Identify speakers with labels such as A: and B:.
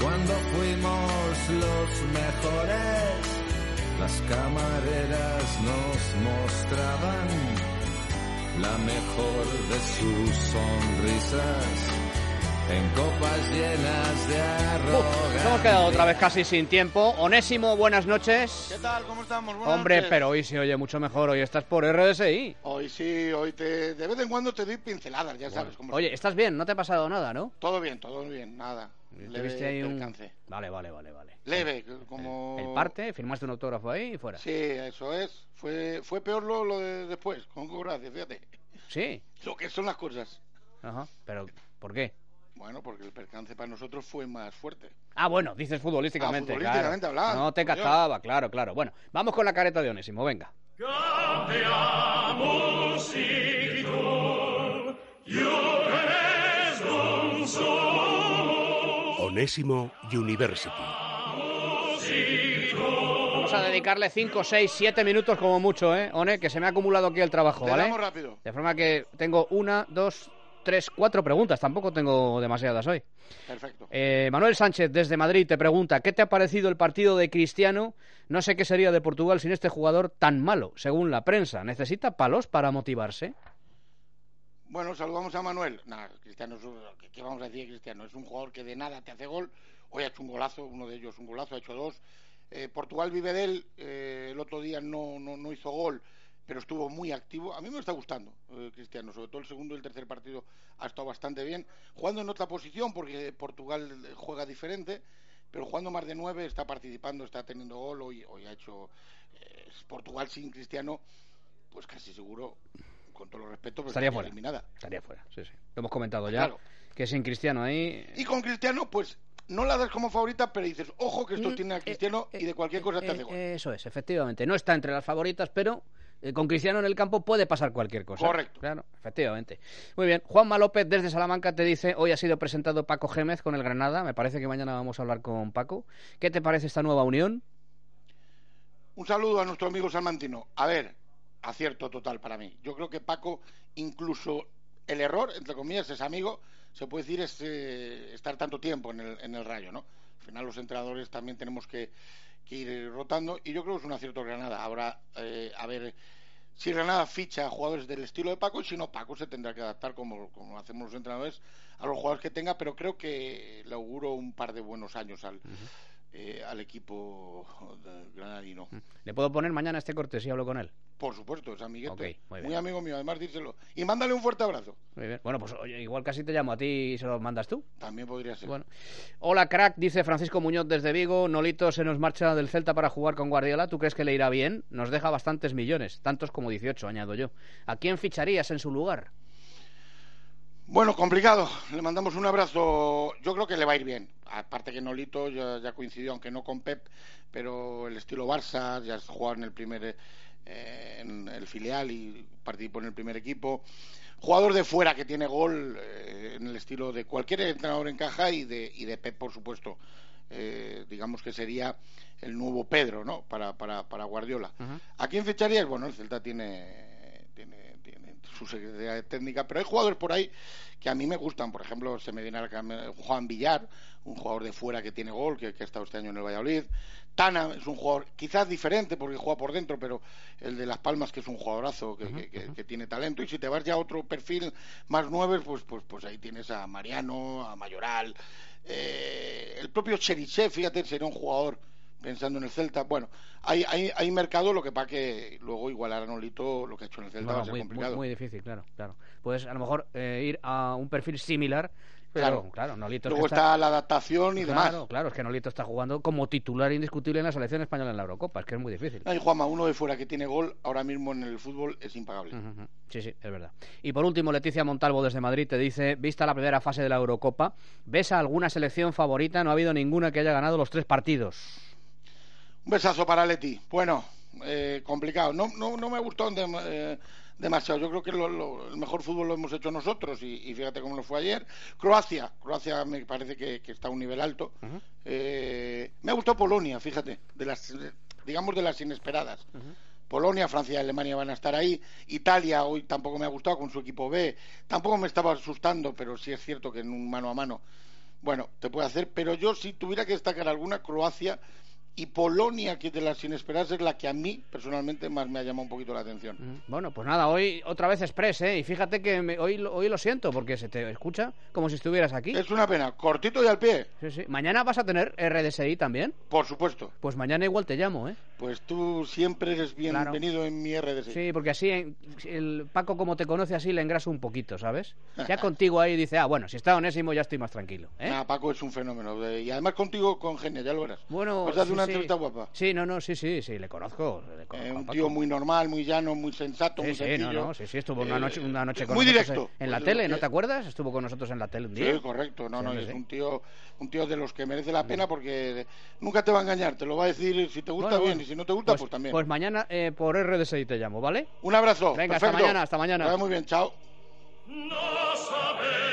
A: cuando fuimos los mejores, las camareras nos mostraban la mejor de sus sonrisas en copas llenas de arroz.
B: Nos hemos quedado otra vez casi sin tiempo. Onésimo, buenas noches.
C: ¿Qué tal? ¿Cómo estamos? Buenas
B: Hombre,
C: noches.
B: pero hoy se oye mucho mejor. Hoy estás por RDSI.
C: Hoy sí, hoy te... De vez en cuando te doy pinceladas, Pues ya sabes cómo...
B: Oye, estás bien, no te ha pasado nada, ¿no?
C: Todo bien, todo bien, nada.
B: Te viste ahí
C: Leve
B: un-
C: percance.
B: Vale, vale, vale, vale.
C: Leve, como...
B: El parte, firmaste un autógrafo ahí y fuera.
C: Sí, eso es. Fue, fue peor lo, lo de después, con gracias, fíjate.
B: Sí.
C: Lo que son las cosas.
B: Ajá. Pero, ¿por qué?
C: Bueno, porque el percance para nosotros fue más fuerte.
B: Ah, bueno, dices futbolísticamente.
C: Ah, futbolísticamente
B: claro.
C: hablando,
B: No te
C: coño.
B: captaba, claro, claro. Bueno, vamos con la careta de Onésimo, venga.
D: Onésimo University.
B: Vamos a dedicarle 5, 6, 7 minutos como mucho, ¿eh? One, que se me ha acumulado aquí el trabajo,
C: Te
B: ¿vale?
C: damos rápido.
B: De forma que tengo una, dos, tres, cuatro preguntas. Tampoco tengo demasiadas hoy.
C: Perfecto.
B: Eh, Manuel Sánchez desde Madrid te pregunta, ¿qué te ha parecido el partido de Cristiano? No sé qué sería de Portugal sin este jugador tan malo, según la prensa. ¿Necesita palos para motivarse?
C: Bueno, saludamos a Manuel. Nah, Cristiano, es un- ¿qué- ¿qué vamos a decir, de Cristiano? Es un jugador que de nada te hace gol. Hoy ha hecho un golazo, uno de ellos un golazo, ha hecho dos. Eh, Portugal vive de él. eh, el otro día no, no, no hizo gol, pero estuvo muy activo. A mí me está gustando eh, Cristiano, sobre todo el segundo y el tercer partido ha estado bastante bien. Jugando en otra posición, porque Portugal eh, juega diferente, pero jugando más de nueve, está participando, está teniendo gol. Hoy, hoy ha hecho eh, Portugal sin Cristiano, pues casi seguro, con todo el respeto, pero
B: Estaría
C: estaría
B: fuera.
C: eliminada.
B: Estaría fuera, sí, sí. Lo hemos comentado ya.
C: Claro.
B: Que sin Cristiano ahí...
C: Y con Cristiano, pues no la das como favorita, pero dices, ojo que esto
B: Mm,
C: tiene a
B: eh,
C: Cristiano
B: eh,
C: y de cualquier cosa
B: eh,
C: te hace gol.
B: Eso es, efectivamente. No está entre las favoritas, pero eh, con Cristiano en el campo puede pasar cualquier cosa.
C: Correcto.
B: Claro, efectivamente. Muy bien. Juanma López desde Salamanca te dice, hoy ha sido presentado Paco Gémez con el Granada. Me parece que mañana vamos a hablar con Paco. ¿Qué te parece esta nueva unión?
C: Un saludo a nuestro amigo Salmantino. A ver, acierto total para mí. Yo creo que Paco, incluso el error, entre comillas, es amigo, se puede decir es eh, estar tanto tiempo en el, en el rayo, ¿no? Al final los entrenadores también tenemos que, que ir rotando y yo creo que es un acierto Granada. Ahora, eh, a ver si Granada ficha a jugadores del estilo de Paco y si no, Paco se tendrá que adaptar, como, como hacemos los entrenadores, a los jugadores que tenga, pero creo que le auguro un par de buenos años al, eh, al equipo eh, granadino.
B: ¿Le puedo poner mañana este corte si hablo con él?
C: Por supuesto, es amiguete.
B: Ok, muy
C: muy,
B: bien.
C: amigo mío, además díselo. Y mándale un fuerte abrazo.
B: Muy bien. Bueno, pues oye, igual casi te llamo a ti y se lo mandas tú.
C: También podría ser.
B: Bueno. Hola, crack, dice Francisco Muñoz desde Vigo. Nolito se nos marcha del Celta para jugar con Guardiola. ¿Tú crees que le irá bien? Nos deja bastantes millones, tantos como 18, añado yo. ¿A quién ficharías en su lugar?
C: Bueno, complicado. Le mandamos un abrazo. Yo creo que le va a ir bien. Aparte que Nolito ya, ya coincidió, aunque no con Pep, pero el estilo Barça, ya jugó en el primer eh, en el filial y participó en el primer equipo. Jugador de fuera que tiene gol eh, en el estilo de cualquier entrenador en caja y de, y de Pep, por supuesto. Eh, digamos que sería el nuevo Pedro, ¿no? Para, para, para Guardiola.
B: Ujú.
C: ¿A quién ficharías? Bueno, el Celta tiene, tiene, tiene su secretaría técnica, pero hay jugadores por ahí que a mí me gustan. Por ejemplo, se me viene al cam- Juan Villar, un jugador de fuera que tiene gol, que, que ha estado este año en el Valladolid. Tana es un jugador quizás diferente porque juega por dentro, pero el de Las Palmas, que es un jugadorazo, que, que- que- que tiene talento. Y si te vas ya a otro perfil más nueve, pues, pues, pues ahí tienes a Mariano, a Mayoral. Eh, el propio Cherichev, fíjate, sería un jugador pensando en el Celta. Bueno, hay, hay, hay mercado, lo que pasa que luego igualar a Nolito lo que ha hecho en el Celta
B: Bueno,
C: va a ser
B: muy, muy-
C: complicado.
B: muy difícil, claro, claro. Puedes a lo mejor eh, ir a un perfil similar, pero claro,
C: Claro.
B: Nolito es que
C: luego está... la adaptación y
B: Claro,
C: demás.
B: claro, es que Nolito está jugando como titular indiscutible en la selección española en la Eurocopa, es que es muy difícil.
C: No, y Juanma, uno de fuera que tiene gol ahora mismo en el fútbol es impagable.
B: Ujú, ujú. Sí, sí, es verdad. Y por último, Leticia Montalvo desde Madrid te dice, vista la primera fase de la Eurocopa, ¿ves a alguna selección favorita? No ha habido ninguna que haya ganado los tres partidos.
C: Un besazo para Leti. Bueno, eh, complicado. No, no, no me gustó dem- eh, demasiado. Yo creo que lo- lo- el mejor fútbol lo hemos hecho nosotros y, y fíjate cómo lo fue ayer. Croacia. Croacia me parece que, que está a un nivel alto. Eh, me ha gustado Polonia, fíjate. De las, eh, digamos de las inesperadas. Polonia, Francia y Alemania van a estar ahí. Italia hoy tampoco me ha gustado con su equipo B. Tampoco me estaba asustando, pero sí es cierto que en un mano a mano Bueno, te puede hacer, pero yo si tuviera que destacar alguna, Croacia y Polonia, que de las inesperadas es la que a mí personalmente más me ha llamado un poquito la atención.
B: Mm, Bueno, pues nada, hoy otra vez Express, ¿eh? Y fíjate que me- hoy, lo- hoy lo siento porque se te escucha como si estuvieras aquí.
C: Es una pena, cortito y al pie,
B: Sí, sí. Mañana vas a tener RDSI también.
C: por supuesto.
B: Pues mañana igual te llamo, ¿eh?
C: Pues tú siempre eres bienvenido en mi RDC.
B: Sí, porque así en- el Paco como te conoce así le engraso un poquito, ¿sabes? Ya contigo ahí dice, ah, bueno, si está onésimo ya estoy más tranquilo, ¿eh?
C: Nah, Ah, Paco es un fenómeno. de- Y además contigo congenia, ya lo verás.
B: Bueno,
C: Os hace
B: sí,
C: una
B: sí.
C: entrevista guapa.
B: Sí, no, no, sí, sí, sí, le conozco. le conozco
C: Eh,
B: a
C: un
B: Paco.
C: tío muy normal, muy llano, muy sensato,
B: Sí,
C: muy
B: sí,
C: sencillo.
B: no, no, sí, sí, estuvo una
C: Eh,
B: noche, una noche con
C: muy
B: nosotros
C: directo.
B: en, en la
C: Pues,
B: tele,
C: eh,
B: ¿no te acuerdas? Estuvo con nosotros en la tele un
C: Sí,
B: día.
C: correcto. No,
B: Sí,
C: no,
B: sí,
C: es
B: sí.
C: un tío, un tío de los que merece la pena porque nunca te va a engañar. Te lo va a decir si te gusta
B: Bueno,
C: bien
B: bueno.
C: y si no te gusta, pues, también.
B: Pues mañana eh, por RDSI te llamo, ¿vale?
C: un abrazo.
B: Venga, hasta
C: perfecto.
B: mañana, hasta mañana.
C: Que vaya muy bien, chao.
E: No saber